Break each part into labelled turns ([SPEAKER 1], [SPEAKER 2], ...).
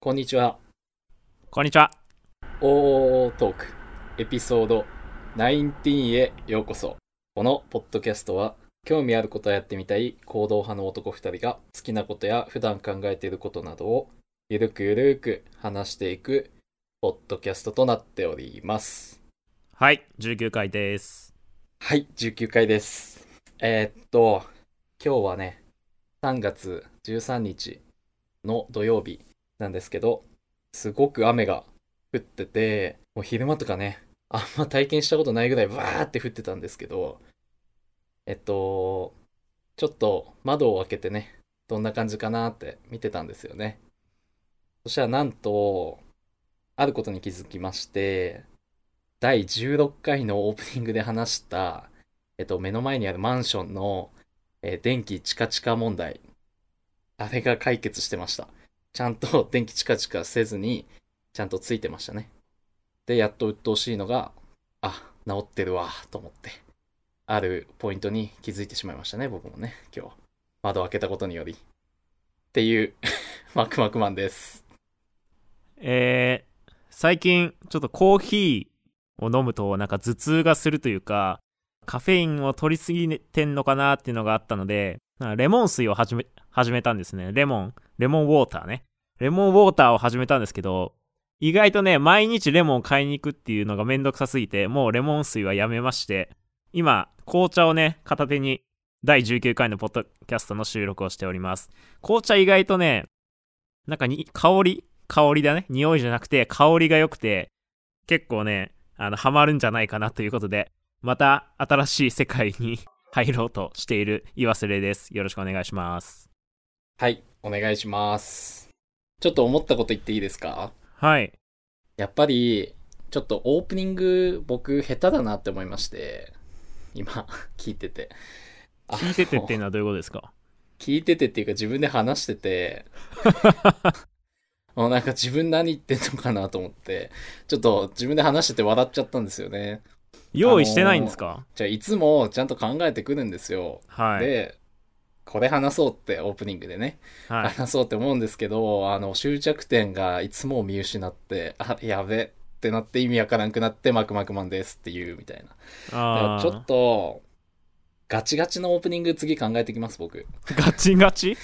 [SPEAKER 1] こんにちは。
[SPEAKER 2] こんにちは。
[SPEAKER 1] OOO トーク、エピソード19へようこそ。このポッドキャストは、興味あることをやってみたい行動派の男2人が好きなことや普段考えていることなどをゆるくゆるく話していくポッドキャストとなっております。
[SPEAKER 2] はい、19回です。
[SPEAKER 1] はい、19回です。えーっと、今日はね、3月13日の土曜日なんですけど、すごく雨が降ってて、もう昼間とかね、あんま体験したことないぐらいバーって降ってたんですけど、えっと、ちょっと窓を開けてね、どんな感じかなって見てたんですよね。そしたらなんと、あることに気づきまして、第16回のオープニングで話した、えっと、目の前にあるマンションの、えー電気チカチカ問題。あれが解決してました。ちゃんと電気チカチカせずに、ちゃんとついてましたね。で、やっと鬱陶しいのが、あ、治ってるわ、と思って。あるポイントに気づいてしまいましたね、僕もね、今日。窓を開けたことにより。っていう、 マクマクマンです。
[SPEAKER 2] えー、最近ちょっとコーヒーを飲むとなんか頭痛がするというか、カフェインを取りすぎてんのかなっていうのがあったので、なんかレモン水を始め、始めたんですね。レモン、レモンウォーターね。レモンウォーターを始めたんですけど、意外とね、毎日レモンを買いに行くっていうのがめんどくさすぎて、もうレモン水はやめまして、今、紅茶をね、片手に第19回のポッドキャストの収録をしております。紅茶意外とね、なんかに香り香りだね匂いじゃなくて香りが良くて結構ねあのハマるんじゃないかなということでまた新しい世界に 入ろうとしている岩瀬礼ですよろしくお願いします
[SPEAKER 1] はい、お願いします。ちょっと思ったこと言っていいですか
[SPEAKER 2] はい
[SPEAKER 1] やっぱり、ちょっとオープニング僕下手だなって思いまして、今、聞いてて。あ
[SPEAKER 2] 聞いててっていうのはどういうことですか
[SPEAKER 1] 聞いててっていうか自分で話してて、 もうなんか自分何言ってんのかなと思って、ちょっと自分で話してて笑っちゃったんですよね。
[SPEAKER 2] 用意してないんですか、
[SPEAKER 1] じゃあいつもちゃんと考えてくるんですよ。
[SPEAKER 2] はい、
[SPEAKER 1] で、これ話そうってオープニングでね、
[SPEAKER 2] はい、
[SPEAKER 1] 話そうって思うんですけど、あの、終着点がいつも見失って、あ、やべってなって意味わからんくなって、マクマクマンですっていうみたいな。だから
[SPEAKER 2] あ
[SPEAKER 1] ちょっ
[SPEAKER 2] ー
[SPEAKER 1] と、ガチガチのオープニング次考えてきます、僕。
[SPEAKER 2] ガチガチ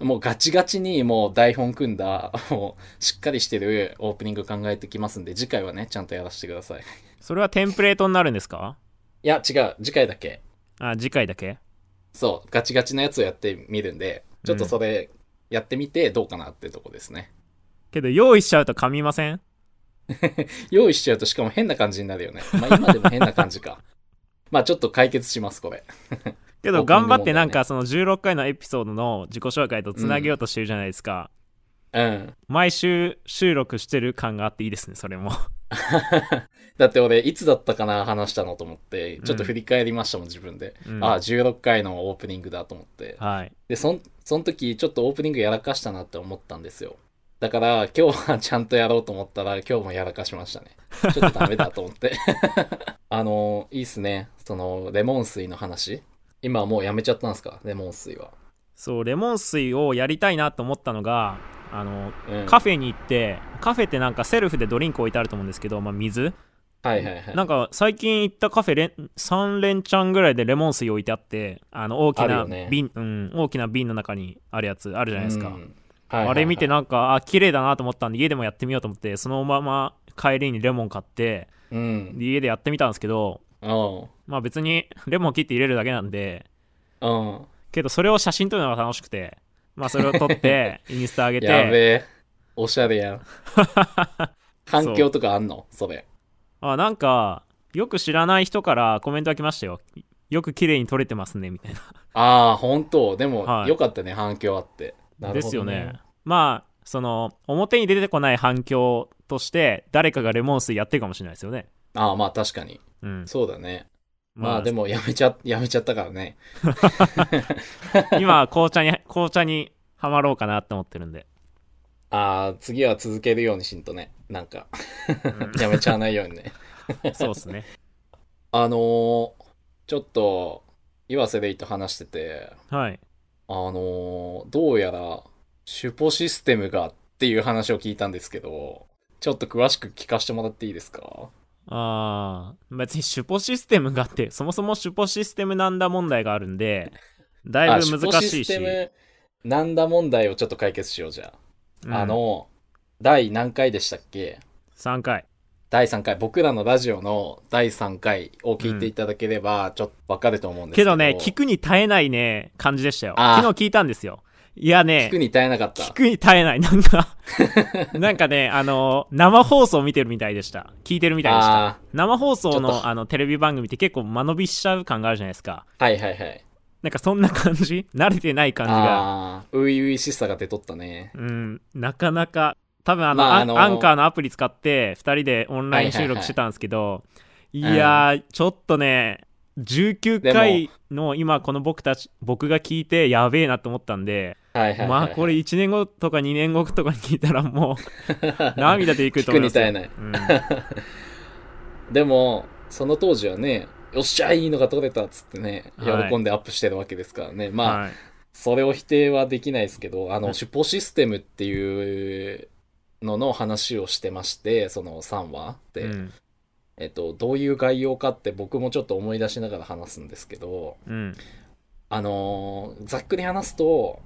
[SPEAKER 1] もうガチガチにもう台本組んだ、 もうしっかりしてるオープニング考えてきますんで、次回はね、ちゃんとやらせてください。
[SPEAKER 2] それはテンプレートになるんですか
[SPEAKER 1] いや、違う、次回だけ。
[SPEAKER 2] あ次回だけ
[SPEAKER 1] そう、ガチガチのやつをやってみるんで、ちょっとそれやってみてどうかなってとこですね。
[SPEAKER 2] けど用意しちゃうと噛みません
[SPEAKER 1] 用意しちゃうとしかも変な感じになるよね。まあ今でも変な感じか。 まあちょっと解決します、これ。
[SPEAKER 2] け
[SPEAKER 1] オープ
[SPEAKER 2] ど
[SPEAKER 1] ニン
[SPEAKER 2] 頑
[SPEAKER 1] グ
[SPEAKER 2] 張って
[SPEAKER 1] 問題ね
[SPEAKER 2] なんかその16回のエピソードの自己紹介とつなげようとしてるじゃないですか、
[SPEAKER 1] うん。
[SPEAKER 2] 毎週収録してる感があっていいですねそ れも
[SPEAKER 1] だって俺、いつだったかな、話したのと思って、ちょっと振り返りましたもん、自分で。
[SPEAKER 2] うん
[SPEAKER 1] ああ、16回のオープニングだと思って。
[SPEAKER 2] はい
[SPEAKER 1] で、そん、その時、ちょっとオープニングやらかしたなって思ったんですよ。だから、今日はちゃんとやろうと思ったら、今日もやらかしましたね。ちょっとダメだと思って。 あの、いいっすね。その、レモン水の話。今もうやめちゃったんですかレモン水は。
[SPEAKER 2] そうレモン水をやりたいなと思ったのがあの
[SPEAKER 1] うん。
[SPEAKER 2] カフェに行ってカフェってなんかセルフでドリンク置いてあると思うんですけど、まあ、水
[SPEAKER 1] はいはいはい。
[SPEAKER 2] なんか最近行ったカフェ連3連チャンぐらいでレモン水置いてあってあの大き
[SPEAKER 1] ある
[SPEAKER 2] な
[SPEAKER 1] よね
[SPEAKER 2] 瓶、うん、大きな瓶の中にあるやつあるじゃないですか、
[SPEAKER 1] うんはいはいはい
[SPEAKER 2] あれ見てなんかあ綺麗だなと思ったんで家でもやってみようと思ってそのまま帰りにレモン買って
[SPEAKER 1] うん。
[SPEAKER 2] で家でやってみたんですけど
[SPEAKER 1] うん。
[SPEAKER 2] まあ別にレモン切って入れるだけなんで
[SPEAKER 1] うん。
[SPEAKER 2] けどそれを写真撮るのが楽しくてまあそれを撮って インスタ上げ
[SPEAKER 1] や
[SPEAKER 2] て
[SPEAKER 1] べえ。おしゃれ やん。環境とかあんのそれ。
[SPEAKER 2] あなんかよく知らない人からコメントが来ましたよよく綺麗に撮れてますねみたいな
[SPEAKER 1] ああ、本当でも、
[SPEAKER 2] はい
[SPEAKER 1] よかったね、反響あって。なるほど
[SPEAKER 2] ですよね。まあその表に出てこない反響として誰かがレモン水やってるかもしれないですよね
[SPEAKER 1] ああ、まあ確かに。
[SPEAKER 2] うん
[SPEAKER 1] そうだね。まあ、で
[SPEAKER 2] も
[SPEAKER 1] もやめちゃ、 やめちゃったからね。
[SPEAKER 2] 今は紅茶に紅茶にはまろうかなって思ってるんで
[SPEAKER 1] ああ、次は続けるようにしんとね。なんか、 やめちゃわないようにね。
[SPEAKER 2] そうですね
[SPEAKER 1] あのー、ちょっと、岩瀬レイと話してて、
[SPEAKER 2] はい
[SPEAKER 1] あのー、どうやら、主ポシステムがっていう話を聞いたんですけど、ちょっと詳しく聞かせてもらっていいですか
[SPEAKER 2] ああ、別に主ポシステムがあって、そもそも主ポシステムなんだ問題があるんで、だいぶ難しいし。
[SPEAKER 1] あ主語システムなんだ問題をちょっと解決しようじゃあ、
[SPEAKER 2] うん
[SPEAKER 1] あ、の第何回でしたっけ
[SPEAKER 2] 3回。
[SPEAKER 1] 第3回僕らのラジオの第3回を聞いていただければちょっとわかると思うんですけ
[SPEAKER 2] け
[SPEAKER 1] ど
[SPEAKER 2] どね、聞くに耐えないね、感じでしたよ。
[SPEAKER 1] あー
[SPEAKER 2] 昨日聞いたんですよ。いやね
[SPEAKER 1] 聞く、に耐えなかった
[SPEAKER 2] 聞くに耐えない。な んか、なんかね、あの、生放送見てるみたいでした。聞いてるみたいでした。
[SPEAKER 1] あ
[SPEAKER 2] 生放送
[SPEAKER 1] ちょっ
[SPEAKER 2] の
[SPEAKER 1] と
[SPEAKER 2] あのテレビ番組って結構間延びしちゃう感があるじゃないですか。
[SPEAKER 1] ーはいはいはい
[SPEAKER 2] なんかそんな感じ慣れてない感じが。
[SPEAKER 1] ああー初々しさが出とったね
[SPEAKER 2] うん、なかなか。多分あの、
[SPEAKER 1] まあ
[SPEAKER 2] アン
[SPEAKER 1] あの
[SPEAKER 2] アンカーのアプリ使って2人でオンライン収録してたんですけど、い
[SPEAKER 1] はいはい
[SPEAKER 2] やー、ちょっとね、19回の今この僕たち、僕が聞いてやべえなと思ったんで、
[SPEAKER 1] はいはいはい、
[SPEAKER 2] まあこれ1年後とか2年後とかに聞いたらも う涙でいく
[SPEAKER 1] 聞
[SPEAKER 2] と
[SPEAKER 1] く
[SPEAKER 2] 思いま
[SPEAKER 1] に
[SPEAKER 2] すよ。
[SPEAKER 1] 耐えない
[SPEAKER 2] うん
[SPEAKER 1] でもその当時はねよっしゃいいのが撮れたっつってね
[SPEAKER 2] はい
[SPEAKER 1] 喜んでアップしてるわけですからね、 まあ、
[SPEAKER 2] はい
[SPEAKER 1] それを否定はできないですけど、あ
[SPEAKER 2] う
[SPEAKER 1] の、
[SPEAKER 2] ん
[SPEAKER 1] 主ポシステムっていうのの話をしてまして、その3話って、
[SPEAKER 2] うん
[SPEAKER 1] えっと、どういう概要かって僕もちょっと思い出しながら話すんですけど、
[SPEAKER 2] うん
[SPEAKER 1] あのーざっくり話すと、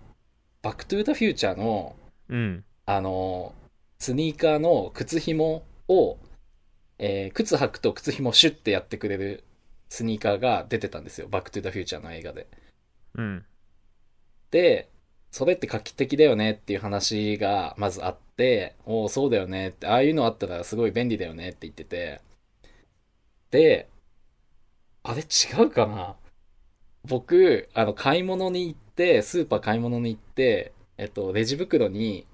[SPEAKER 1] バックトゥーザフューチャーの、
[SPEAKER 2] うん
[SPEAKER 1] あのースニーカーの靴紐を、えー靴履くと靴紐シュッてやってくれるスニーカーが出てたんですよ、バックトゥーザフューチャーの映画で。
[SPEAKER 2] うん
[SPEAKER 1] でそれって画期的だよねっていう話がまずあっておおそうだよねってああいうのあったらすごい便利だよねって言っててであれ違うかな僕あの買い物に行ってスーパー買い物に行ってえっとレジ袋に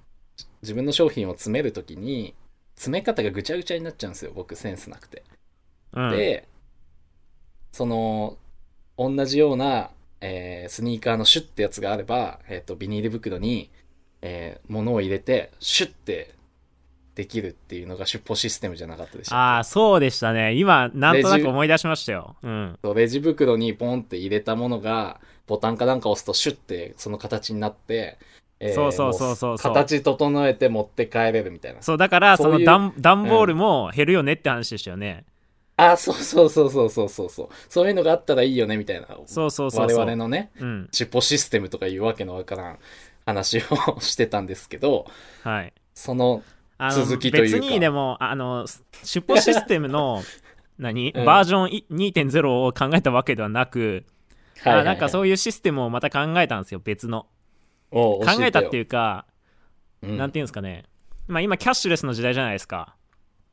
[SPEAKER 1] 自分の商品を詰めるときに詰め方がぐちゃぐちゃになっちゃうんですよ僕センスなくて
[SPEAKER 2] うん
[SPEAKER 1] で、その同じような、えースニーカーのシュッてやつがあれば、えー、とビニール袋に、えー物を入れてシュッてできるっていうのが出歩システムじゃなかったでした
[SPEAKER 2] ああそうでしたね今なんとなく思い出しましたよ、うん、
[SPEAKER 1] そうレジ袋にポンって入れたものがボタンかなんか押すとシュッてその形になって、えー
[SPEAKER 2] そうそうそうそうそう
[SPEAKER 1] も形整えて持って帰れるみたいな
[SPEAKER 2] そうだからそ
[SPEAKER 1] そう
[SPEAKER 2] の
[SPEAKER 1] いう
[SPEAKER 2] 段段ボールも減るよねって話でしたよね、
[SPEAKER 1] あそうそうそうそうそうそうそうそういうのがあったらいいよねみたいな
[SPEAKER 2] そうそうそう
[SPEAKER 1] 我
[SPEAKER 2] そう
[SPEAKER 1] 々のね
[SPEAKER 2] うん
[SPEAKER 1] チポシステムとかいうわけのわからん話をしてたんですけど、
[SPEAKER 2] はい
[SPEAKER 1] その、
[SPEAKER 2] あの
[SPEAKER 1] 続きというか
[SPEAKER 2] 別にでもあの出歩システ ムの何、
[SPEAKER 1] うん
[SPEAKER 2] バージョンい2.0を考えたわけではなく、
[SPEAKER 1] はい
[SPEAKER 2] あなんかそうういうシステムをまた考えたんですよ別の
[SPEAKER 1] 考、
[SPEAKER 2] 考えたっていううか、
[SPEAKER 1] うん
[SPEAKER 2] なんていうんですかねまあ今キャッシュレスの時代じゃないですか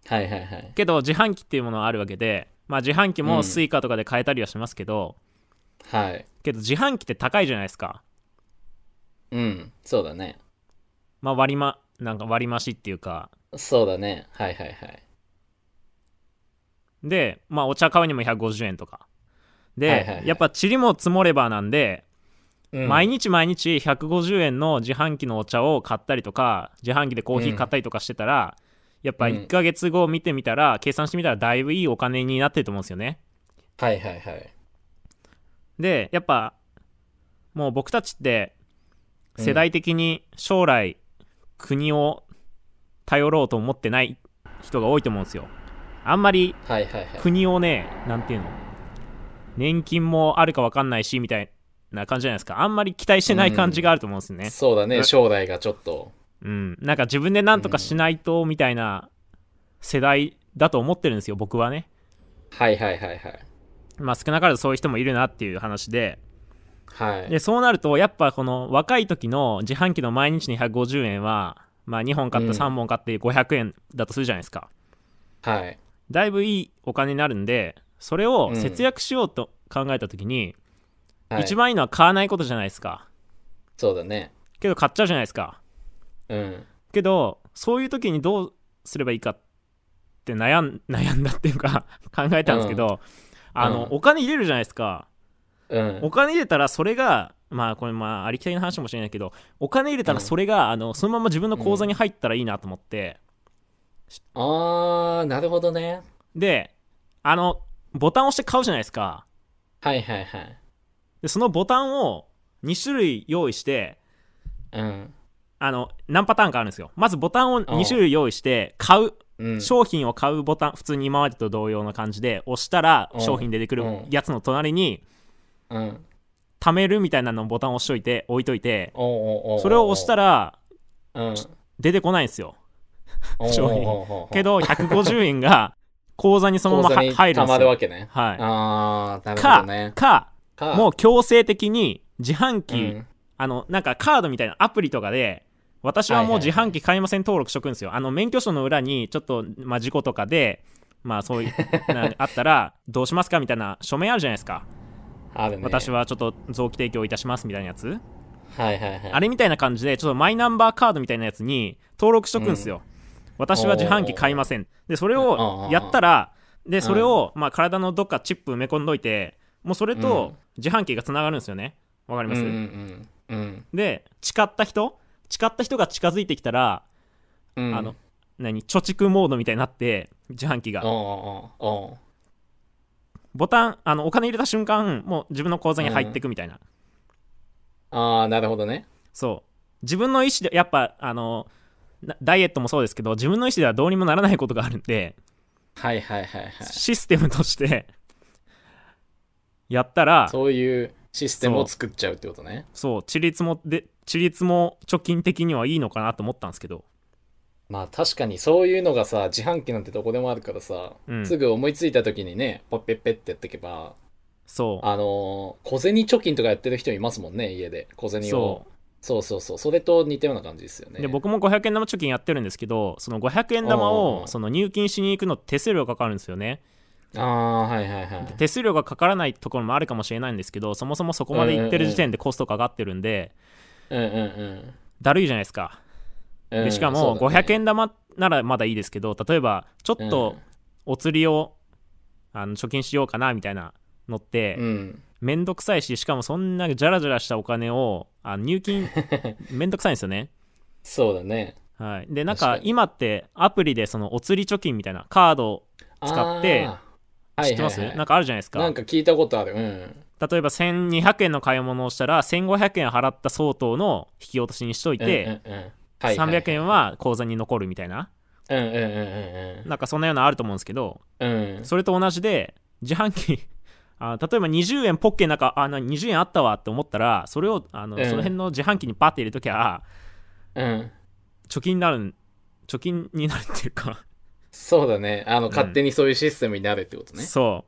[SPEAKER 1] はいはいはい。
[SPEAKER 2] けど自販機っていうものはあるわけでまあ自販機
[SPEAKER 1] う
[SPEAKER 2] も
[SPEAKER 1] ん
[SPEAKER 2] スイカとかで買えたりはしますけど、
[SPEAKER 1] はい。
[SPEAKER 2] けど自販機って高いじゃないですか
[SPEAKER 1] うん、そうだね。
[SPEAKER 2] まあ割りまなんか割り増しっていうか
[SPEAKER 1] そうだね。はいはいはい。
[SPEAKER 2] でまあお茶買うにも150円とかで、
[SPEAKER 1] はいはいはい
[SPEAKER 2] やっぱ塵も積もればなん
[SPEAKER 1] う
[SPEAKER 2] で、
[SPEAKER 1] ん
[SPEAKER 2] 毎日毎日150円の自販機のお茶を買ったりとか自販機でコーヒー買ったりとかしてたら、やっぱ
[SPEAKER 1] うん
[SPEAKER 2] 1ヶ月後見てみたら、計算してみたらだいぶいいお金になってると思うんですよね
[SPEAKER 1] はいはいはい。
[SPEAKER 2] でやっぱもう僕たちって世代的に将来国を頼ろうと思ってない人が多いと思うんですよあんまり
[SPEAKER 1] はいはいはい。
[SPEAKER 2] 国をねなんていうの年金もあるか分かんないしみたいな感じじゃないですかあんまり期待してない感じがあると思うんですよね
[SPEAKER 1] そうだ
[SPEAKER 2] う
[SPEAKER 1] ね。
[SPEAKER 2] ん
[SPEAKER 1] 将来がちょっと。
[SPEAKER 2] うん、なんか自分で何とかしないとみたいな世代だと思ってるんですよ僕はね
[SPEAKER 1] はいはいはいはい。
[SPEAKER 2] まあ少なからずそういう人もいるなっていう話で
[SPEAKER 1] はい。
[SPEAKER 2] でそうなるとやっぱこの若い時の自販機の毎日に150円はまあ2本買った
[SPEAKER 1] うん
[SPEAKER 2] 3本買って500円だとするじゃないですか、
[SPEAKER 1] はい。
[SPEAKER 2] だいぶいいお金になるんでそれを節約しようと考えた時に、
[SPEAKER 1] はい、
[SPEAKER 2] 一番いいのは買わないことじゃないですか
[SPEAKER 1] そうだね。
[SPEAKER 2] けど買っちゃうじゃないですか
[SPEAKER 1] うん。
[SPEAKER 2] けどそういう時にどうすればいいかって悩ん 悩んだっていうか 考えたんですけど、あの、
[SPEAKER 1] うん
[SPEAKER 2] お金入れるじゃないですか
[SPEAKER 1] うん
[SPEAKER 2] お。金入れたらそれがまあこれまあありきたりな話かもしれないけどお金入れたらそれが、あのそのまま自分の口座に入ったらいいなと思って、
[SPEAKER 1] あー、なるほどね。
[SPEAKER 2] であのボタンを押して買うじゃないですか
[SPEAKER 1] はいはいはい。
[SPEAKER 2] でそのボタンを2種類用意して
[SPEAKER 1] うん。
[SPEAKER 2] あの、何パターンかあるんですよ。まずボタンを
[SPEAKER 1] ああ
[SPEAKER 2] 2種類用意して、買う、
[SPEAKER 1] うん。
[SPEAKER 2] 商品を買うボタン、普通に今までと同様な感じで、押したら
[SPEAKER 1] うん
[SPEAKER 2] 商品出てくる
[SPEAKER 1] うん
[SPEAKER 2] やつの隣に、
[SPEAKER 1] うん。
[SPEAKER 2] 貯めるみたいなのボタンを押しといて、置いといて、
[SPEAKER 1] おうおうおうおう
[SPEAKER 2] それを押したら
[SPEAKER 1] うん。
[SPEAKER 2] 出てこないんですよ。
[SPEAKER 1] おう
[SPEAKER 2] 商
[SPEAKER 1] お
[SPEAKER 2] 品
[SPEAKER 1] うおうおう
[SPEAKER 2] けど、150円が口座にそのまま
[SPEAKER 1] 口座に
[SPEAKER 2] は入るん
[SPEAKER 1] 溜
[SPEAKER 2] で
[SPEAKER 1] まする
[SPEAKER 2] よ
[SPEAKER 1] わ。けね。
[SPEAKER 2] は。
[SPEAKER 1] ああ、ないるほ
[SPEAKER 2] か
[SPEAKER 1] どね、。
[SPEAKER 2] か、
[SPEAKER 1] か
[SPEAKER 2] もう強制的に自販
[SPEAKER 1] う
[SPEAKER 2] 機、
[SPEAKER 1] ん、
[SPEAKER 2] あの、なんかカードみたいなアプリとかで、私はもう
[SPEAKER 1] はいはい
[SPEAKER 2] 自
[SPEAKER 1] はい
[SPEAKER 2] 販機買いません登録しとくんですよ。あの、免許証の裏に、ちょっと、まあ、事故とかで、まあ、そういう、 なあったら、どうしますかみたいな書面あるじゃないですか。
[SPEAKER 1] あるね。
[SPEAKER 2] 私。はちょっと臓器提供いたしますみたいなやつ。
[SPEAKER 1] はいはいはい。
[SPEAKER 2] あれみたいな感じで、ちょっとマイナンバーカードみたいなやつに登録しとくんですよ。私は自販機買いません。で、それをやったら、で、それを、まあ、体のどっかチップ埋め込んどいて、もうそれと自販機がつながるんですよね。わかります、
[SPEAKER 1] うんうんうん。うん
[SPEAKER 2] で誓った人誓った人が近づいてきたら、
[SPEAKER 1] うん。
[SPEAKER 2] あの何貯蓄モードみたいになって自販機が
[SPEAKER 1] おうおうおうおう
[SPEAKER 2] ボタンあのお金入れた瞬間もう自分の口座に入ってくみたいな、
[SPEAKER 1] ああ、なるほどね。
[SPEAKER 2] そう自分の意思でやっぱあのなダイエットもそうですけど自分の意思ではどうにもならないことがあるんで
[SPEAKER 1] はいはいはいはい。
[SPEAKER 2] システムとしてやったらそう
[SPEAKER 1] そういうシステムを作っちゃうってことね。
[SPEAKER 2] 地立もで地立も貯金的にはいいのかなと思ったんですけど
[SPEAKER 1] まあ確かにそういうのがさ、自販機なんてどこでもあるからさ、
[SPEAKER 2] うん
[SPEAKER 1] すぐ思いついた時にね、パッペッペってやってけば、
[SPEAKER 2] そう
[SPEAKER 1] あのー小銭貯金とかやってる人いますもんね、家で。小銭
[SPEAKER 2] そう
[SPEAKER 1] を。そうそうそう。それと似たような感じですよね。
[SPEAKER 2] で僕も500円玉貯金やってるんですけどその500円玉
[SPEAKER 1] おうおうお
[SPEAKER 2] を
[SPEAKER 1] う
[SPEAKER 2] その入金しに行くの手数料がかかるんですよね
[SPEAKER 1] ああ、はいはいはい。
[SPEAKER 2] 手数料がかからないところもあるかもしれないんですけどそもそもそこまで行ってる時点でコストかかってるんで
[SPEAKER 1] うんうんうん。
[SPEAKER 2] だるいじゃないですか
[SPEAKER 1] うん
[SPEAKER 2] でしかも
[SPEAKER 1] そうだね
[SPEAKER 2] 500円玉ならまだいいですけど例えばちょっとお釣りをあの貯金しようかなみたいなのっ
[SPEAKER 1] う
[SPEAKER 2] て
[SPEAKER 1] ん
[SPEAKER 2] めんどくさいししかもそんなジャラジャラしたお金をあの 入金めんどくさいんですよね
[SPEAKER 1] そうだね
[SPEAKER 2] はい、でなん
[SPEAKER 1] 確か
[SPEAKER 2] か
[SPEAKER 1] に
[SPEAKER 2] 今ってアプリでそのお釣り貯金みたいなカードを使って
[SPEAKER 1] あー
[SPEAKER 2] 知ってます、
[SPEAKER 1] はいはいはい
[SPEAKER 2] なんかあるじゃないですか
[SPEAKER 1] なんか聞いたことあるうん
[SPEAKER 2] 例えば1200円の買い物をしたら1500円払った相当の引き落としにしといて、
[SPEAKER 1] うんうんうんはいはい
[SPEAKER 2] 300円は口座に残るみたいな
[SPEAKER 1] うんうんうん
[SPEAKER 2] なんかそんなようなあると思うんですけど
[SPEAKER 1] うんうんうん
[SPEAKER 2] それと同じで自販機あ例えば20円ポッケの中あな20円あったわって思ったらそれをあの、
[SPEAKER 1] うん
[SPEAKER 2] その辺の自販機にパッて入れときゃ
[SPEAKER 1] うん
[SPEAKER 2] 貯金になるん貯金になるっていうか、
[SPEAKER 1] そうだねあの
[SPEAKER 2] ん
[SPEAKER 1] 勝手にそういうシステムになるってことね
[SPEAKER 2] そ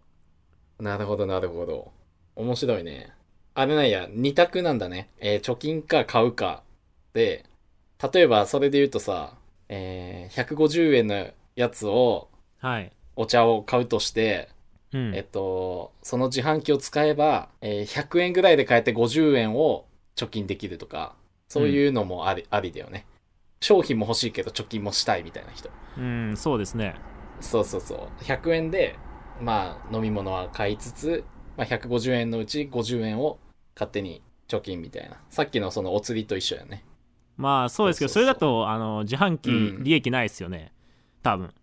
[SPEAKER 1] なるほどなるほど面白いねあれなんや二択なんだねえー貯金か買うかで例えばそれで言うとさえー150円のやつを
[SPEAKER 2] うはい、
[SPEAKER 1] お茶を買うとして
[SPEAKER 2] うん
[SPEAKER 1] えっと、その自販機を使えば、えー100円ぐらいで買えて50円を貯金できるとか、そういうのもあり,、ありだよね。商品も欲しいけど貯金もしたいみたいな人。
[SPEAKER 2] うん、そうですね
[SPEAKER 1] そうそうそう。100円で、まあ、飲み物は買いつつ、まあ、150円のうち50円を勝手に貯金みたいな。さっきのそのお釣りと一緒やね。
[SPEAKER 2] まあそうですけどそ
[SPEAKER 1] そうそうそう
[SPEAKER 2] れだとあの自販機
[SPEAKER 1] うん
[SPEAKER 2] 利益ないですよね、多分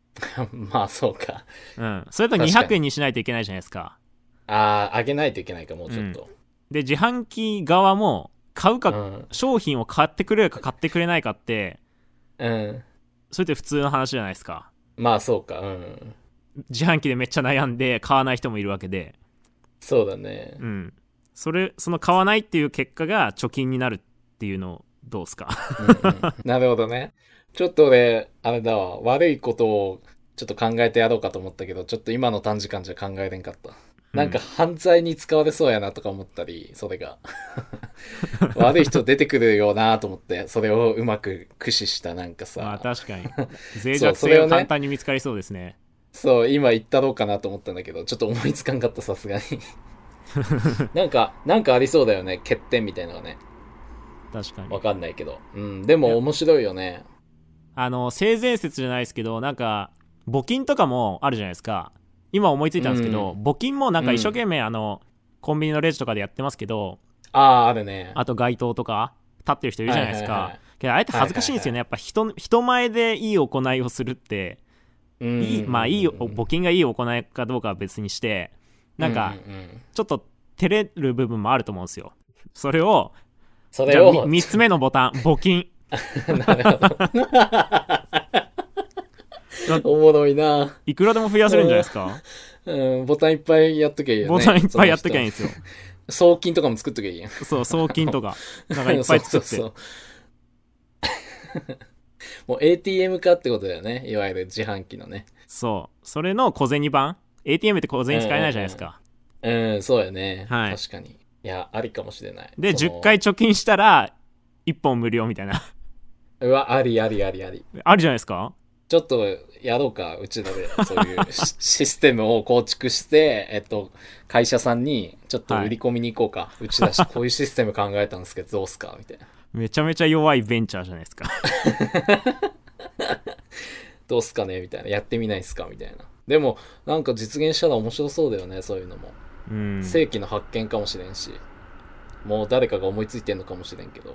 [SPEAKER 1] まあ、そうか。
[SPEAKER 2] うんそれだと
[SPEAKER 1] 確かに
[SPEAKER 2] 200円にしないといけないじゃないですか
[SPEAKER 1] ああ、あげないといけないか、もうちょっと。
[SPEAKER 2] で自販機側も買う
[SPEAKER 1] う
[SPEAKER 2] か、
[SPEAKER 1] ん。
[SPEAKER 2] 商品を買ってくれるか買ってくれないかって
[SPEAKER 1] うん。
[SPEAKER 2] それって普通の話じゃないですか
[SPEAKER 1] まあ、そうか。うん。
[SPEAKER 2] 自販機でめっちゃ悩んで買わない人もいるわけで
[SPEAKER 1] そうだね。
[SPEAKER 2] うんそれその買わないっていう結果が貯金になるっていうのどうですか
[SPEAKER 1] うんうんなるほどね。ちょっと俺、あれだわ、悪いことをちょっと考えてやろうかと思ったけど、ちょっと今の短時間じゃ考えれんかった。なんか犯罪に使われそうやなとか思ったり、それが。 悪い人出てくるよなと思って、それをうまく駆使したなんか
[SPEAKER 2] まあ
[SPEAKER 1] さ、
[SPEAKER 2] 確 かに脆
[SPEAKER 1] そう
[SPEAKER 2] 弱
[SPEAKER 1] そ
[SPEAKER 2] 性
[SPEAKER 1] れを
[SPEAKER 2] が
[SPEAKER 1] ね
[SPEAKER 2] 簡単に見つかりそうですね
[SPEAKER 1] そう、今言ったろうかなと思ったんだけど、ちょっと思いつかんかった、さす がに。なんか、なんかありそうだよね、欠点みたいなのがね。
[SPEAKER 2] 確かに
[SPEAKER 1] わかんないけど。うん、でも面白いよね。
[SPEAKER 2] あの性善説じゃないですけどなんか募金とかもあるじゃないですか今思いついたんですけ
[SPEAKER 1] う
[SPEAKER 2] ど、募金もなん
[SPEAKER 1] う
[SPEAKER 2] か
[SPEAKER 1] ん
[SPEAKER 2] 一生懸命あの、コンビニのレジとかでやってますけど
[SPEAKER 1] ああ、あるね。
[SPEAKER 2] あと街頭とか立ってる人いるじゃないですか、
[SPEAKER 1] はいはいはい
[SPEAKER 2] けどあれって恥ずかしいんですよね、やっぱ人の人前でいい行いをするって、
[SPEAKER 1] うん
[SPEAKER 2] いいまあいいお募金がいい行いかどうかは別にしてなんか
[SPEAKER 1] ううんうん
[SPEAKER 2] ちょっと照れる部分もあると思うんですよそれを
[SPEAKER 1] そ
[SPEAKER 2] じ
[SPEAKER 1] れ
[SPEAKER 2] ゃあ
[SPEAKER 1] を
[SPEAKER 2] 3つ目のボタン募金
[SPEAKER 1] なるほ ど。おもろいな。
[SPEAKER 2] いくらでも増やせるんじゃないで すか
[SPEAKER 1] うん、ボタンいっぱいやっとけばいいよね。
[SPEAKER 2] ボタンいっぱいやっときゃいいん
[SPEAKER 1] い。
[SPEAKER 2] ですよ。
[SPEAKER 1] 送金とかも作っとけばいいやん。
[SPEAKER 2] そう、送金とか。なんかいっぱい作っ て
[SPEAKER 1] そうそう。そう もう ATM 化ってことだよね。いわゆる自販機のね。
[SPEAKER 2] そう。それの小銭版 ?ATM って小銭使えないじゃないですか。
[SPEAKER 1] うん、そうやね。
[SPEAKER 2] はい
[SPEAKER 1] 確かに。いや、ありかもしれない。
[SPEAKER 2] で、
[SPEAKER 1] その
[SPEAKER 2] 10。回貯金したら、1本無料みたいな。
[SPEAKER 1] うわ、ありありありあり。
[SPEAKER 2] あるじゃないですか
[SPEAKER 1] ちょっとやろうか、うちらで。そういう シシステムを構築して、えっと、会社さんにちょっと売り込みに行こうか。うち らし、こういうシステム考えたんですけど、どうすかみたいな。
[SPEAKER 2] めちゃめちゃ弱いベンチャーじゃないですか。
[SPEAKER 1] どうすかねみたいな。やってみないっすかみたいな。でも、なんか実現したら面白そうだよね、そういうのも。
[SPEAKER 2] うん。
[SPEAKER 1] 世紀の発見かもしれんし、もう誰かが思いついてんのかもしれんけど。
[SPEAKER 2] っ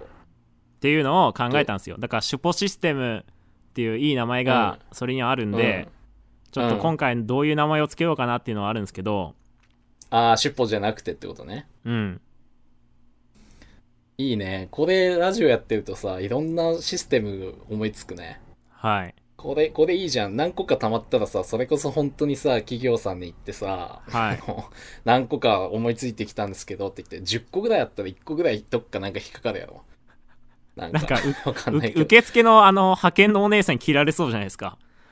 [SPEAKER 2] ていうのを考えたんですよだからシュポシステムっていういい名前がそれにはあるんで、ちょっと今回どういう名前をつけようかなっていうのはあるんですけど
[SPEAKER 1] ああ、尻尾じゃなくてってことね。
[SPEAKER 2] うん
[SPEAKER 1] いいね。これ、ラジオやってるとさ、いろんなシステム思いつくね。
[SPEAKER 2] はい
[SPEAKER 1] これ、これいいじゃん。何個か溜まったらさ、それこそ本当にさ、企業さんに行ってさ、
[SPEAKER 2] はい
[SPEAKER 1] あの何個か思いついてきたんですけどって言って、10個ぐらいあったら1個ぐらいどっかなんか引っかかるやろ。なんか、
[SPEAKER 2] なんか
[SPEAKER 1] わかん
[SPEAKER 2] う
[SPEAKER 1] ないけど。
[SPEAKER 2] 受付のあの派遣のお姉さんに切られそうじゃないですか「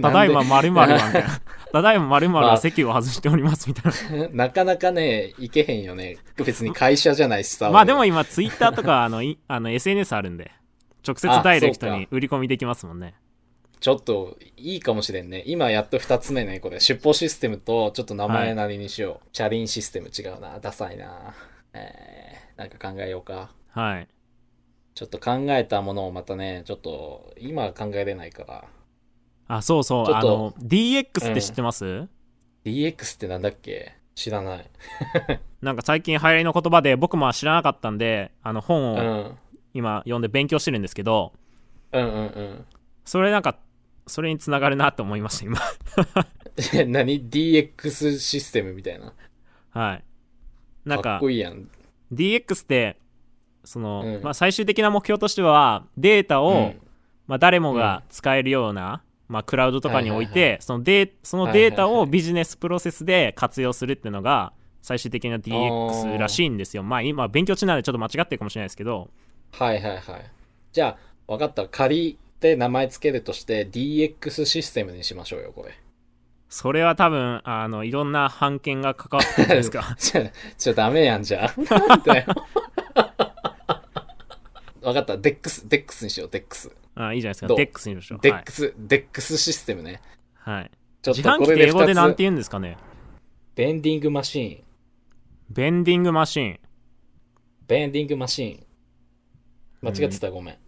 [SPEAKER 2] ただいま〇〇は」みたいな「 ただいま〇〇は席を外しております」みたい
[SPEAKER 1] なかなかね、行けへんよね。別に会社じゃないし
[SPEAKER 2] な
[SPEAKER 1] さ。
[SPEAKER 2] まあでも
[SPEAKER 1] 俺
[SPEAKER 2] 今ツイッターとかあのいあの SNS あるんで直接ダイレクトに売り込みできますもんね
[SPEAKER 1] ちょっといいかもしれんね。今やっと2つ目ね、これ。出向システムと、ちょっと名前なりにしよう。チャリンシステム違うな。ダサいな。えー、なんか考えようか。
[SPEAKER 2] はい
[SPEAKER 1] ちょっと考えたものをまたね、ちょっと今考えれないから。
[SPEAKER 2] あそうそう
[SPEAKER 1] ちょ
[SPEAKER 2] あ
[SPEAKER 1] っと
[SPEAKER 2] の DX って知ってます、
[SPEAKER 1] DX ってなんだっけ知らない。
[SPEAKER 2] なんか最近流行りの言葉で僕も知らなかったんであの
[SPEAKER 1] う
[SPEAKER 2] 本
[SPEAKER 1] ん。う
[SPEAKER 2] を
[SPEAKER 1] ん
[SPEAKER 2] 今読んで勉強してるんですけど
[SPEAKER 1] うんうん。
[SPEAKER 2] それなんかそれにつながるなと思いました今
[SPEAKER 1] え何 ?DX システムみたいな。
[SPEAKER 2] はいなん
[SPEAKER 1] かっ
[SPEAKER 2] か
[SPEAKER 1] こいいやん。
[SPEAKER 2] DX ってその、
[SPEAKER 1] うん
[SPEAKER 2] まあ、最終的な目標としてはデータを、
[SPEAKER 1] うん
[SPEAKER 2] まあ、誰もが使えるような、まあ、クラウドとかに置いて、
[SPEAKER 1] はいは
[SPEAKER 2] そのデーそのデータ
[SPEAKER 1] はいはい
[SPEAKER 2] を
[SPEAKER 1] はい
[SPEAKER 2] ビジネスプロセスで活用するっていうのが最終的な DX らしいんですよまあ今勉強中なんでちょっと間違ってるかもしれないですけど
[SPEAKER 1] はいはいはい。じゃあ、わかった。仮で名前つけるとして DX システムにしましょうよ、これ。
[SPEAKER 2] それは多分あのいろんな判件が関わってるんじゃないです
[SPEAKER 1] ち
[SPEAKER 2] か
[SPEAKER 1] ょ、ちょ、ダメやんじゃん。なんだよ。 わかった。デックス、デックスにしよう、デックス。
[SPEAKER 2] あいいじゃないですか
[SPEAKER 1] どう
[SPEAKER 2] デックスにしましょう
[SPEAKER 1] デ
[SPEAKER 2] は
[SPEAKER 1] ッ
[SPEAKER 2] い
[SPEAKER 1] ク、ス、デックスシステムね。
[SPEAKER 2] はい、
[SPEAKER 1] ちょっ
[SPEAKER 2] 自
[SPEAKER 1] と
[SPEAKER 2] 販
[SPEAKER 1] こ
[SPEAKER 2] 機っ
[SPEAKER 1] れ
[SPEAKER 2] て
[SPEAKER 1] で
[SPEAKER 2] 英語でな
[SPEAKER 1] 2
[SPEAKER 2] んて
[SPEAKER 1] つ。
[SPEAKER 2] 言うんですかね
[SPEAKER 1] ベンディングマシーン。
[SPEAKER 2] ベンディングマシン
[SPEAKER 1] ベンディングマシーン。間違ってたらごめん。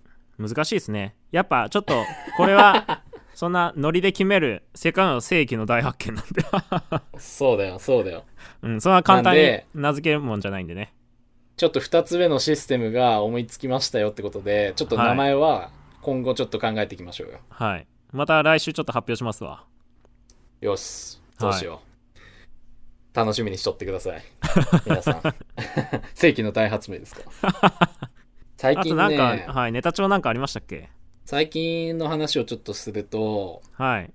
[SPEAKER 2] 難しいですねやっぱちょっとこれ はそんなノリで決める世界の世紀の大発見なんで、
[SPEAKER 1] そうだよ、そうだよ。
[SPEAKER 2] うん、そんな簡
[SPEAKER 1] な
[SPEAKER 2] 単
[SPEAKER 1] ん
[SPEAKER 2] に
[SPEAKER 1] で
[SPEAKER 2] 名付けるもんじゃないんでね
[SPEAKER 1] ちょっと2つ目のシステムが思いつきましたよってことで、ちょっと名前は今後ちょっと考えていきましょうよ。
[SPEAKER 2] はいまた来週ちょっと発表しますわ
[SPEAKER 1] よし、そうしよう。楽しみにしとってくださ い。皆さん。 世紀の大発明ですか。 最
[SPEAKER 2] あと
[SPEAKER 1] 近
[SPEAKER 2] なんか、
[SPEAKER 1] ね、
[SPEAKER 2] はい、ネタ帳なんかありましたっけ
[SPEAKER 1] 最近の話をちょっとすると、
[SPEAKER 2] はい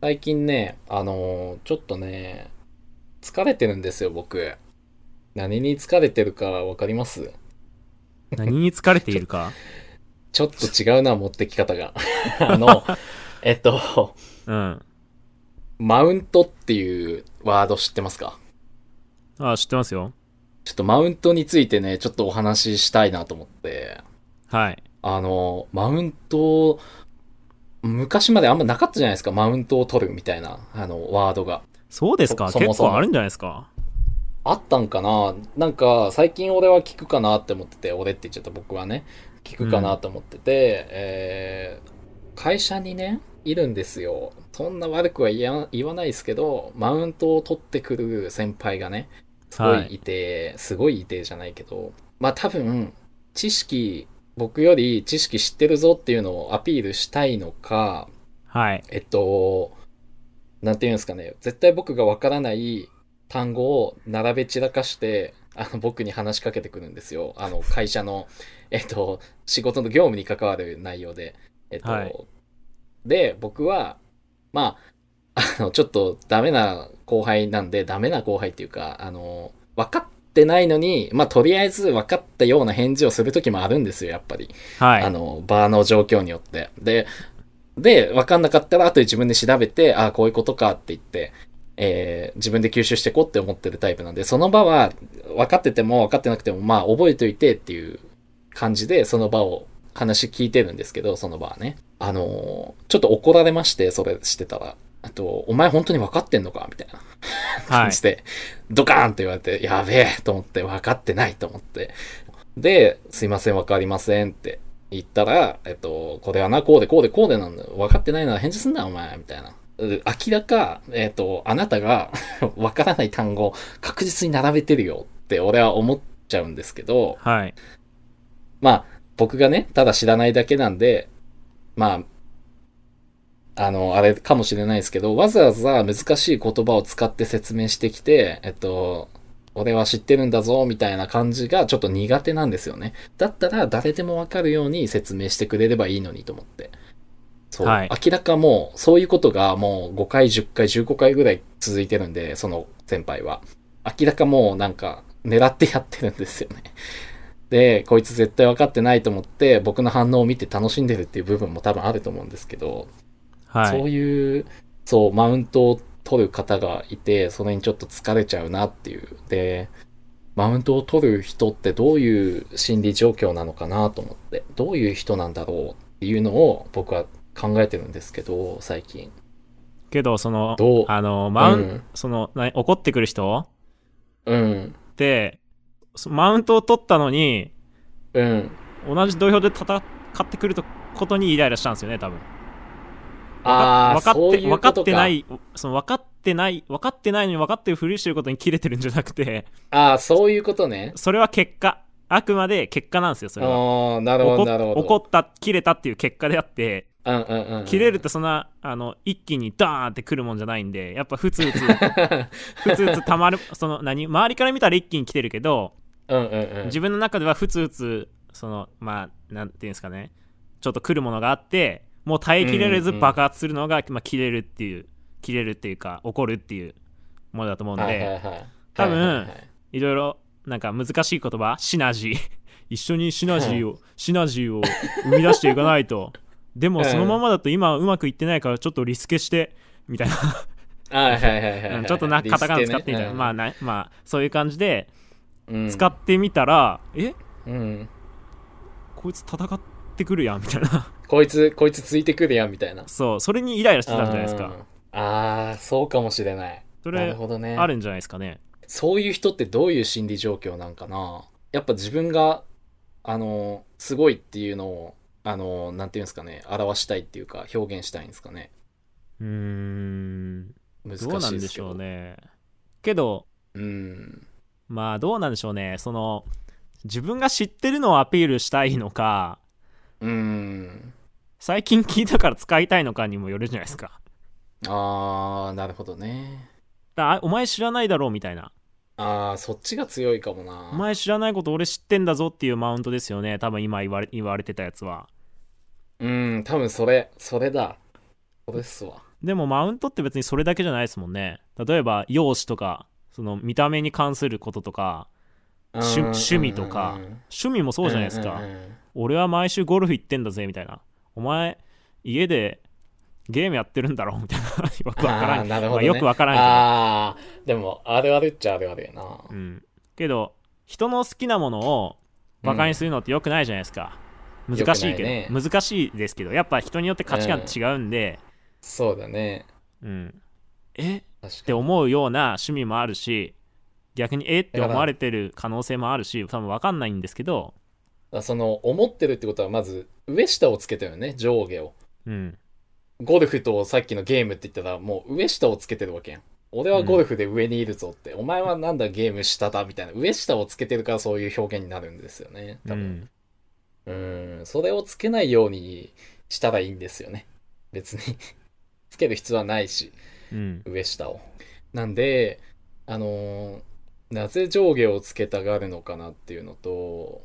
[SPEAKER 1] 最近ね、あのーちょっとね、疲れてるんですよ、僕。何に疲れてるかわかります
[SPEAKER 2] 何に疲れてい るか
[SPEAKER 1] ちょっと違うな、持ってき方が。 あの、えっと、
[SPEAKER 2] うん
[SPEAKER 1] マウントっていうワード知ってますか
[SPEAKER 2] あ知ってますよ
[SPEAKER 1] ちょっとマウントについてね、ちょっとお話ししたいなと思って。
[SPEAKER 2] はい
[SPEAKER 1] あの、マウント、昔まであんまなかったじゃないですか、マウントを取るみたいな、あの、ワードが。
[SPEAKER 2] そうですか
[SPEAKER 1] そそもそも
[SPEAKER 2] 結構あるんじゃないですか
[SPEAKER 1] あったんかななんか、最近俺は聞くかなって思ってて、俺って言っちゃった僕はね、聞くかなと思ってて、えー会社にね、いるんですよ。そんな悪くは言わ言わないですけど、マウントを取ってくる先輩がね、すごいいて、すごいいてじゃないけど、まあ多分、知識、僕より知識知ってるぞっていうのをアピールしたいのか、
[SPEAKER 2] はい
[SPEAKER 1] えっと、なんていうんですかね、絶対僕がわからない単語を並べ散らかして、あの僕に話しかけてくるんですよあの会社の、 えっと、仕事の業務に関わる内容で、えっと
[SPEAKER 2] はい
[SPEAKER 1] で僕はまああのちょっとダメな後輩なんでダメな後輩っていうかあの分かってないのにまあとりあえず分かったような返事をする時もあるんですよやっぱり
[SPEAKER 2] はい
[SPEAKER 1] あのバーの状況によってでで分かんなかったら後で自分で調べてああこういうことかって言って、えー自分で吸収していこうって思ってるタイプなんでその場は分かってても分かってなくてもまあ覚えておいてっていう感じでその場を話聞いてるんですけどその場はねあのーちょっと怒られましてそれしてたらあと「お前本当に分かってんのか?」みたいな
[SPEAKER 2] は
[SPEAKER 1] 感
[SPEAKER 2] い
[SPEAKER 1] じで、ドカーンって言われて、やべえと思って、分かってないと思って。で、すいません、分かりませんって言ったら、えっと、これはな、こうでこうでこうでなんだよ。分かってないなら返事すんな、お前、みたいな。う明らか、えっと、あなたが 分からない単語を確実に並べてるよって俺は思っちゃうんですけど、
[SPEAKER 2] はい
[SPEAKER 1] まあ、僕がね、ただ知らないだけなんで、まあ、あの、あれかもしれないですけど、わざわざ難しい言葉を使って説明してきて、えっと、俺は知ってるんだぞ、みたいな感じがちょっと苦手なんですよね。だったら誰でもわかるように説明してくれればいいのにと思って。そう。
[SPEAKER 2] はい
[SPEAKER 1] 明らかもう、そういうことがもう5回、10回、15回ぐらい続いてるんで、その先輩は。明らかもうなんか、狙ってやってるんですよね。 で、こいつ絶対分かってないと思って、僕の反応を見て楽しんでるっていう部分も多分あると思うんですけど、
[SPEAKER 2] は
[SPEAKER 1] そう
[SPEAKER 2] い
[SPEAKER 1] いう、そう、マウントを取る方がいて、それにちょっと疲れちゃうなっていう。で、マウントを取る人ってどういう心理状況なのかなと思って、どういう人なんだろうっていうのを僕は考えてるんですけど、最近。
[SPEAKER 2] けどその
[SPEAKER 1] どう
[SPEAKER 2] あのマウン、
[SPEAKER 1] うん
[SPEAKER 2] そのな怒ってくる人
[SPEAKER 1] うん、
[SPEAKER 2] ってそマウントを取ったのに
[SPEAKER 1] うん。
[SPEAKER 2] 同じ土俵で戦ってくるとことにイライラしたんですよね多分
[SPEAKER 1] ああ、
[SPEAKER 2] 分か
[SPEAKER 1] そう
[SPEAKER 2] って
[SPEAKER 1] いうこ
[SPEAKER 2] 分
[SPEAKER 1] と
[SPEAKER 2] か
[SPEAKER 1] か。
[SPEAKER 2] ってな。いその分かってない分かってないのに分かってるふりしてることに切れてるんじゃなくて
[SPEAKER 1] ああ、そういうことね。
[SPEAKER 2] それは結果あくまで結果なんですよそれは
[SPEAKER 1] ああ、なるほ
[SPEAKER 2] 怒
[SPEAKER 1] ど、
[SPEAKER 2] っ
[SPEAKER 1] なるほど。
[SPEAKER 2] 怒った切れたっていう結果であって
[SPEAKER 1] うんうんうんうん、
[SPEAKER 2] 切 れるとそんなあの一気にダーンってくるもんじゃないんでやっぱふつ ふつふつふつたまるその何周りから見たら一気に来てるけど
[SPEAKER 1] うんうんうん。
[SPEAKER 2] 自分の中ではふつふつそのまあなんていうんですかねちょっと来るものがあってもう耐えきれれず
[SPEAKER 1] うんうん
[SPEAKER 2] 爆発するのが、まあ、切れるっていう切れるっていうか怒るっていうものだと思うんで、
[SPEAKER 1] はい
[SPEAKER 2] い
[SPEAKER 1] はいはい、
[SPEAKER 2] 多分
[SPEAKER 1] はいはいはい
[SPEAKER 2] ろいろなんか難しい言葉シナジー 一緒にシナジーを、シナジーを生み出していかない とでもそのままだと今うまくいってないからちょっとリスケしてみたいな
[SPEAKER 1] はいはいはいはいは
[SPEAKER 2] う
[SPEAKER 1] い
[SPEAKER 2] ん ちょっとなカタカナ使ってみたいな、まあ、なまあそういう感じで使ってみたら、え
[SPEAKER 1] うん、うん
[SPEAKER 2] こいつ戦ってくるやんみた いな
[SPEAKER 1] こいつこいつついてくるやんみたいな
[SPEAKER 2] そうそれにイライラしてたんじゃないですか
[SPEAKER 1] ああーそうかもしれない
[SPEAKER 2] そ
[SPEAKER 1] な
[SPEAKER 2] れ
[SPEAKER 1] るほどね
[SPEAKER 2] あるんじゃないですかね
[SPEAKER 1] そういう人ってどういう心理状況なんかなやっぱ自分があのすごいっていうのをあのなんていうんですかね表したいっていうか表現したいんですかね
[SPEAKER 2] うーん
[SPEAKER 1] 難しい
[SPEAKER 2] どうなんで
[SPEAKER 1] です
[SPEAKER 2] し
[SPEAKER 1] けど
[SPEAKER 2] ょうねけど
[SPEAKER 1] うん
[SPEAKER 2] まあどうなんでしょうねその自分が知ってるのをアピールしたいのか
[SPEAKER 1] うん
[SPEAKER 2] 最近聞いたから使いたいのかにもよるじゃないですか
[SPEAKER 1] ああなるほどね
[SPEAKER 2] だあお前知らないだろうみたいな
[SPEAKER 1] ああそっちが強いかもな
[SPEAKER 2] お前知らないこと俺知ってんだぞっていうマウントですよね多分今言われ言われてたやつは
[SPEAKER 1] うん、多分それ、それだ。それっすわ。
[SPEAKER 2] でもマウントって別にそれだけじゃないですもんね例えば容姿とかその見た目に関することとか趣趣味とか趣味もそうじゃないですか、
[SPEAKER 1] うんうんうん
[SPEAKER 2] 俺は毎週ゴルフ行ってんだぜみたいなお前家でゲームやってるんだろみたいな よくわか
[SPEAKER 1] あ
[SPEAKER 2] ら
[SPEAKER 1] ー
[SPEAKER 2] ん、
[SPEAKER 1] なるほ
[SPEAKER 2] ま
[SPEAKER 1] ど、
[SPEAKER 2] あ、
[SPEAKER 1] ね。
[SPEAKER 2] よくわからんけ
[SPEAKER 1] ああ、でも、あるあるっちゃあるあるやな。
[SPEAKER 2] ど、うん、けど人の好きなものをバカにするのってよくないじゃないですか、
[SPEAKER 1] ん
[SPEAKER 2] 難しいけど、
[SPEAKER 1] 良くない
[SPEAKER 2] 難しいですけどやっぱ人によって価値観って違うんで、
[SPEAKER 1] そうだね。
[SPEAKER 2] うん、えっ
[SPEAKER 1] 確
[SPEAKER 2] て
[SPEAKER 1] かに。
[SPEAKER 2] 思うような趣味もあるし逆にえって思われてる可能性もあるし多分分かんないんですけど、
[SPEAKER 1] あその、思ってるってことは、まず、上下をつけたよね、上下を。
[SPEAKER 2] うん、
[SPEAKER 1] ゴルフとさっきのゲームって言ったら、もう上下をつけてるわけやん。俺はゴルフで上にいるぞって、お前はなんだゲーム下だみたいな、上下をつけてるからそういう表現になるんですよね、
[SPEAKER 2] う
[SPEAKER 1] 多分。
[SPEAKER 2] ん、
[SPEAKER 1] うん、それをつけないようにしたらいいんですよね。別に。 つける必要はないし、
[SPEAKER 2] うん、
[SPEAKER 1] 上下を。なんで、あのーなぜ上下をつけたがるのかなっていうのと、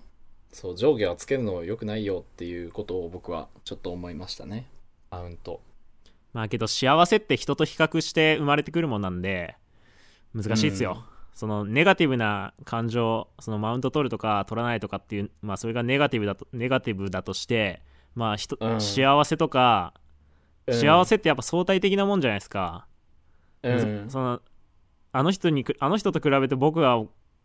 [SPEAKER 1] そう、上下はつけるの良くないよっていうことを僕はちょっと思いましたね。マウント。
[SPEAKER 2] まあけど幸せって人と比較して生まれてくるもんなんで難しいですよ、
[SPEAKER 1] うん
[SPEAKER 2] そのネガティブな感情そのマウント取るとか取らないとかっていうまあそれがネガティブだとネガティブだとしてまあ人、
[SPEAKER 1] うん
[SPEAKER 2] 幸せとか
[SPEAKER 1] うん
[SPEAKER 2] 幸せってやっぱ相対的なもんじゃないですか、
[SPEAKER 1] うん
[SPEAKER 2] そ。そのあの人にくあの人と比べて僕は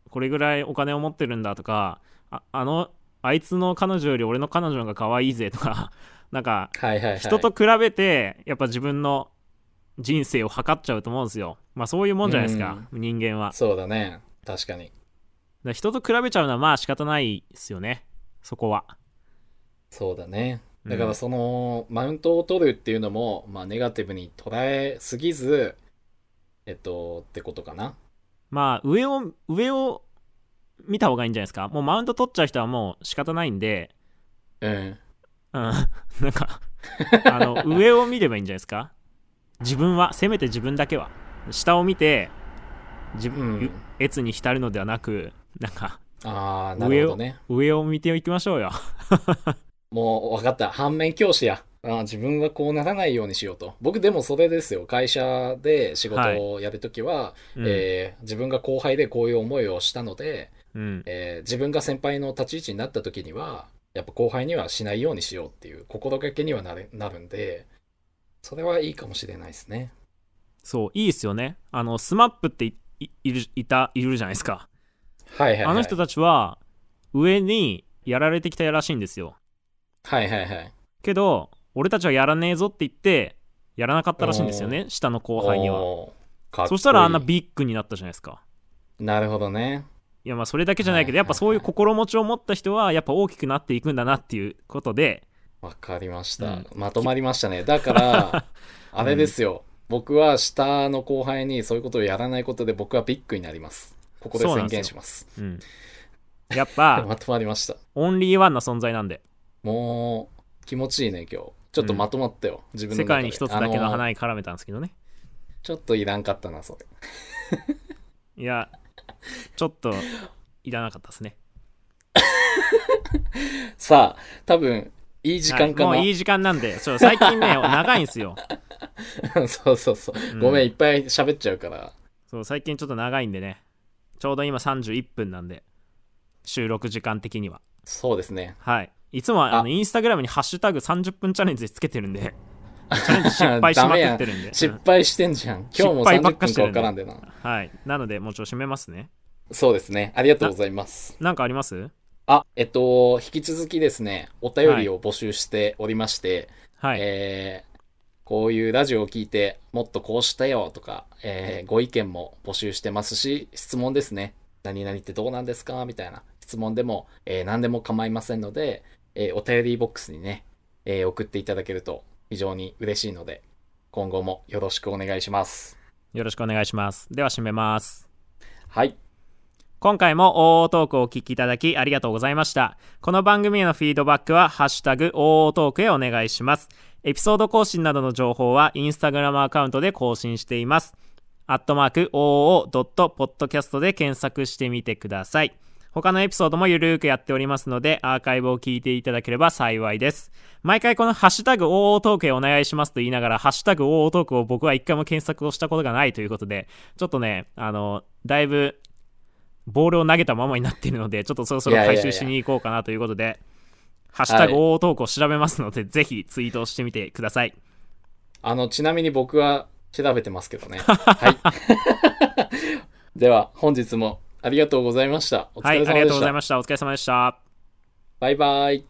[SPEAKER 2] これぐらいお金を持ってるんだとかああのあいつの彼女より俺の彼女の方が可愛いぜとか なんか
[SPEAKER 1] はいはいはい。
[SPEAKER 2] 人と比べてやっぱ自分の人生を測っちゃうと思うんですよまあそういうもんじゃないですか、人間はだか
[SPEAKER 1] そうだね。確かに。
[SPEAKER 2] ら人と比べちゃうのはまあ仕方ないですよねそこは
[SPEAKER 1] そうだね。
[SPEAKER 2] うん
[SPEAKER 1] だからその、マウントを取るっていうのも、まあ、ネガティブに捉えすぎず、えっと、ってことかな。
[SPEAKER 2] まあ上を上を見た方がいいんじゃないですかもうマウント取っちゃう人はもう仕方ないんで
[SPEAKER 1] うん。
[SPEAKER 2] うん なんかあの上を見ればいいんじゃないですか自分はせめて自分だけは下を見て自
[SPEAKER 1] う
[SPEAKER 2] 分
[SPEAKER 1] ん
[SPEAKER 2] 越、に浸るのではなくなんか
[SPEAKER 1] ああ、なるほどね。
[SPEAKER 2] 上を見ていきましょうよ
[SPEAKER 1] もう分かった。反面教師や。あー自分はこうならないようにしようと。僕でもそれですよ。会社で仕事をやるときは、
[SPEAKER 2] うん
[SPEAKER 1] えー自分が後輩でこういう思いをしたので、
[SPEAKER 2] うん
[SPEAKER 1] えー自分が先輩の立ち位置になったときには、やっぱ後輩にはしないようにしようっていう心がけにはなれなるんで、それはいいかもしれないですね。
[SPEAKER 2] そういいっすよねあのスマップっていいいるいたいるじゃないですか、
[SPEAKER 1] はいはいはい。
[SPEAKER 2] あの人たちは上にやられてきたらしいんですよ
[SPEAKER 1] はいはいはい。
[SPEAKER 2] けど俺たちはやらねえぞって言ってやらなかったらしいんですよね下の後輩には
[SPEAKER 1] おーかっこいい
[SPEAKER 2] そしたらあんなビッグになったじゃないですか
[SPEAKER 1] なるほどね。
[SPEAKER 2] いやまあそれだけじゃないけ
[SPEAKER 1] は
[SPEAKER 2] どや
[SPEAKER 1] いはい
[SPEAKER 2] っ
[SPEAKER 1] はい
[SPEAKER 2] ぱそういう心持ちを持った人はやっぱ大きくなっていくんだなっていうことで
[SPEAKER 1] わかりました、
[SPEAKER 2] うん
[SPEAKER 1] まとまりましたね。だ から、あれですよ。僕は下の後輩にそういうことをやらないことで僕はビッグになります。ここで
[SPEAKER 2] そうな
[SPEAKER 1] 宣
[SPEAKER 2] んですよ
[SPEAKER 1] 言します。
[SPEAKER 2] うんやっ
[SPEAKER 1] ま
[SPEAKER 2] ぱ
[SPEAKER 1] とまりました。
[SPEAKER 2] オンリーワンな存在な んで
[SPEAKER 1] もう、気持ちいいね、今日。ちょっとまとまったよ。自分の
[SPEAKER 2] 世
[SPEAKER 1] 中
[SPEAKER 2] 界
[SPEAKER 1] で
[SPEAKER 2] に一つだけの
[SPEAKER 1] あ
[SPEAKER 2] 花に絡めたんですけどね
[SPEAKER 1] ちょっといらんかったな、それ。
[SPEAKER 2] いやちょっといらなかったですね
[SPEAKER 1] さあ、多分、いい時間かな。
[SPEAKER 2] はいもういい時間なんでそう最近 ね長いんですよ
[SPEAKER 1] そうそうそう。
[SPEAKER 2] うん
[SPEAKER 1] ごめん、いっぱい喋っちゃうから。
[SPEAKER 2] そう最近ちょっと長いんでねちょうど今31分なんで収録時間的には
[SPEAKER 1] そうですね。
[SPEAKER 2] はいいつもはあの
[SPEAKER 1] あ
[SPEAKER 2] インスタグラムに「ハッシュタグ #30 分チャレンジ」でつけてるんでチャレンジ失敗しま くってるんで
[SPEAKER 1] 失敗してんじゃん。今日も
[SPEAKER 2] 失敗ばっ
[SPEAKER 1] 30
[SPEAKER 2] か
[SPEAKER 1] 分
[SPEAKER 2] して
[SPEAKER 1] か
[SPEAKER 2] る
[SPEAKER 1] わ
[SPEAKER 2] ね
[SPEAKER 1] からんでな。
[SPEAKER 2] うんはいなのでもうちょっと締めますね
[SPEAKER 1] そうですね。ありがとうございます。
[SPEAKER 2] なんかあります
[SPEAKER 1] あ、えっと、引き続きですね、お便りを募集しておりまして、
[SPEAKER 2] はい、
[SPEAKER 1] えーこういうラジオを聞いて、もっとこうしたよとか、えーご意見も募集してますし、質問ですね。何々ってどうなんですかみたいな質問でも、えー何でも構いませんので、えーお便りボックスにね、えー送っていただけると非常に嬉しいので、今後もよろしくお願いします。
[SPEAKER 2] よろしくお願いしますでは締めます
[SPEAKER 1] はい。
[SPEAKER 2] 今回も OO トークをお聞きいただきありがとうございました。この番組へのフィードバックは、ハッシュタグ OO トークへお願いします。エピソード更新などの情報は、インスタグラムアカウントで更新しています。アットマーク OO.podcast で検索してみてください。他のエピソードもゆるーくやっておりますので、アーカイブを聞いていただければ幸いです。毎回このハッシュタグ OO トークへお願いしますと言いながら、ハッシュタグ OO トークを僕は一回も検索をしたことがないということで、ちょっとね、あの、だいぶ、ボールを投げたままになっているので、ちょっとそろそろ回収しに行こうかなということで、ハッシュタグ OO トークを調べますので、ぜひツイートをしてみてください。
[SPEAKER 1] あの、ちなみに僕は調べてますけ どね。はい。 では、本日もありがとうございました。お疲
[SPEAKER 2] はい、
[SPEAKER 1] れ
[SPEAKER 2] あ
[SPEAKER 1] 様
[SPEAKER 2] りが
[SPEAKER 1] で
[SPEAKER 2] と
[SPEAKER 1] し
[SPEAKER 2] うご
[SPEAKER 1] た。
[SPEAKER 2] ざいました。お疲れ様でした。
[SPEAKER 1] バイバイ。